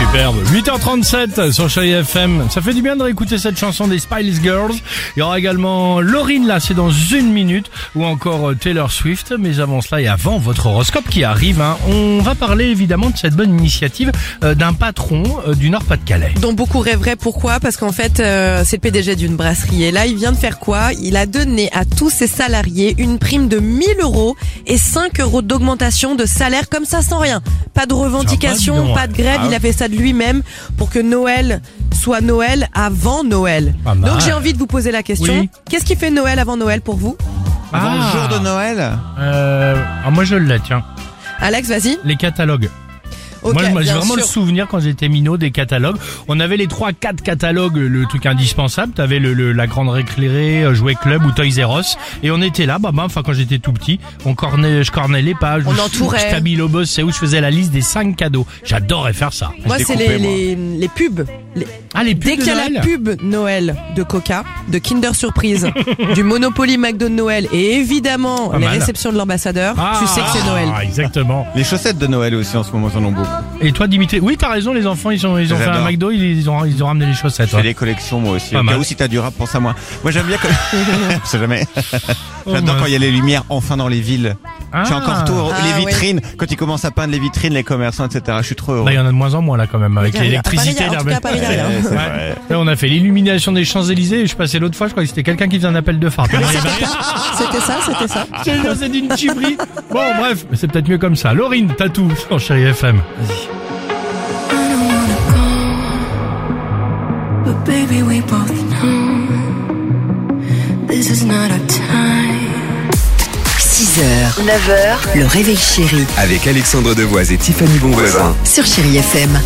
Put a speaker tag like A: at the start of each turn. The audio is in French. A: Superbe. 8h37 sur Chérie FM. Ça fait du bien de réécouter cette chanson des Spice Girls. Il y aura également Laurine là, c'est dans une minute, ou encore euh, Taylor Swift. Mais avant cela et avant votre horoscope qui arrive, hein, on va parler évidemment de cette bonne initiative euh, d'un patron euh, du Nord-Pas-de-Calais.
B: dont beaucoup rêveraient. Pourquoi Parce qu'en fait, euh, c'est le PDG d'une brasserie. Et là, il vient de faire quoi Il a donné à tous ses salariés une prime de 1000 euros et 5 euros d'augmentation de salaire, comme ça, sans rien. Pas de
A: Sympa, dis
B: revendication,
A: donc.
B: pas de grève.
A: Ah
B: Il a fait ça de lui-même pour que Noël soit Noël avant Noël.
A: Pas mal.
B: Donc j'ai envie de vous poser la question.
A: Oui.
B: Qu'est-ce qui fait Noël avant Noël pour vous
A: Ah.
C: Bonjour de Noël.
A: Euh, ah, moi je l'ai, tiens.
B: Alex, vas-y.
A: Les catalogues.
B: Ok,
A: Moi, je- moi, j'ai
B: bien
A: vraiment le
B: sûr.
A: souvenir quand j'étais minot des catalogues. On avait les trois, quatre catalogues, le truc indispensable. T'avais le, le- la grande réclérée, euh, jouet club ou Toys R Us. Et on était là, bah, bah, enfin, quand j'étais tout petit, on cornait, je cornais les pages.
B: On
A: je-
B: entourait.
A: Je stabilo boss, c'est où je faisais la liste des cinq cadeaux. J'adorais faire ça.
B: Moi,
C: Je
B: c'est
C: découpais,
B: les,
C: moi.
B: les, les pubs. Les-
A: Ah, les
B: Dès
A: pubs de
B: qu'il y a la
A: Noël.
B: pub Noël de Coca, de Kinder Surprise, du Monopoly McDo de Noël et évidemment
A: Pas
B: les
A: mal.
B: réceptions de l'ambassadeur,
A: Ah,
B: tu sais que c'est Noël.
A: Ah, exactement.
C: Les chaussettes de Noël aussi en ce moment, j'en ai beaucoup.
A: Et toi, Dimitri, oui, t'as raison, les enfants, ils ont, ils ont fait un
C: J'adore.
A: McDo, ils, ils ont, ils ont ramené les chaussettes. hein.
C: Je
A: ouais.
C: fais les collections moi aussi.
A: Pas
C: Au cas
A: mal.
C: où si t'as du rap, pense à moi. Moi j'aime bien. Quand... Je sais jamais.
A: Oh,
C: J'adore
A: mince.
C: quand il y a les lumières enfin dans les villes. Je suis
A: Ah.
C: encore tout
B: Ah,
C: les
B: ouais.
C: vitrines. Quand ils commencent à peindre les vitrines, les commerçants, etc. Je suis trop heureux.
A: Bah, il y en a de moins en moins là quand même avec
B: Il y a-
A: l'électricité.
B: à Paris, en tout
A: la-
B: cas, à Paris, il y en a.
C: Ouais, c'est
A: Ouais.
C: vrai.
A: Là, on a fait l'illumination des Champs-Élysées et je passais l'autre fois, je crois que c'était quelqu'un qui faisait un appel de phare. Puis on y va.
B: C'était ça, c'était ça.
A: Je te jure, c'est d'une chibrie. Bon, bref, mais c'est peut-être mieux comme ça. Laurine, t'as tout sur Chéri FM.
D: But baby, we both know this is not our time.
E: 6h, 9h, le réveil chéri
F: Avec Alexandre Devoise et Tiffany Bonvoisin.
E: sur Chérie FM.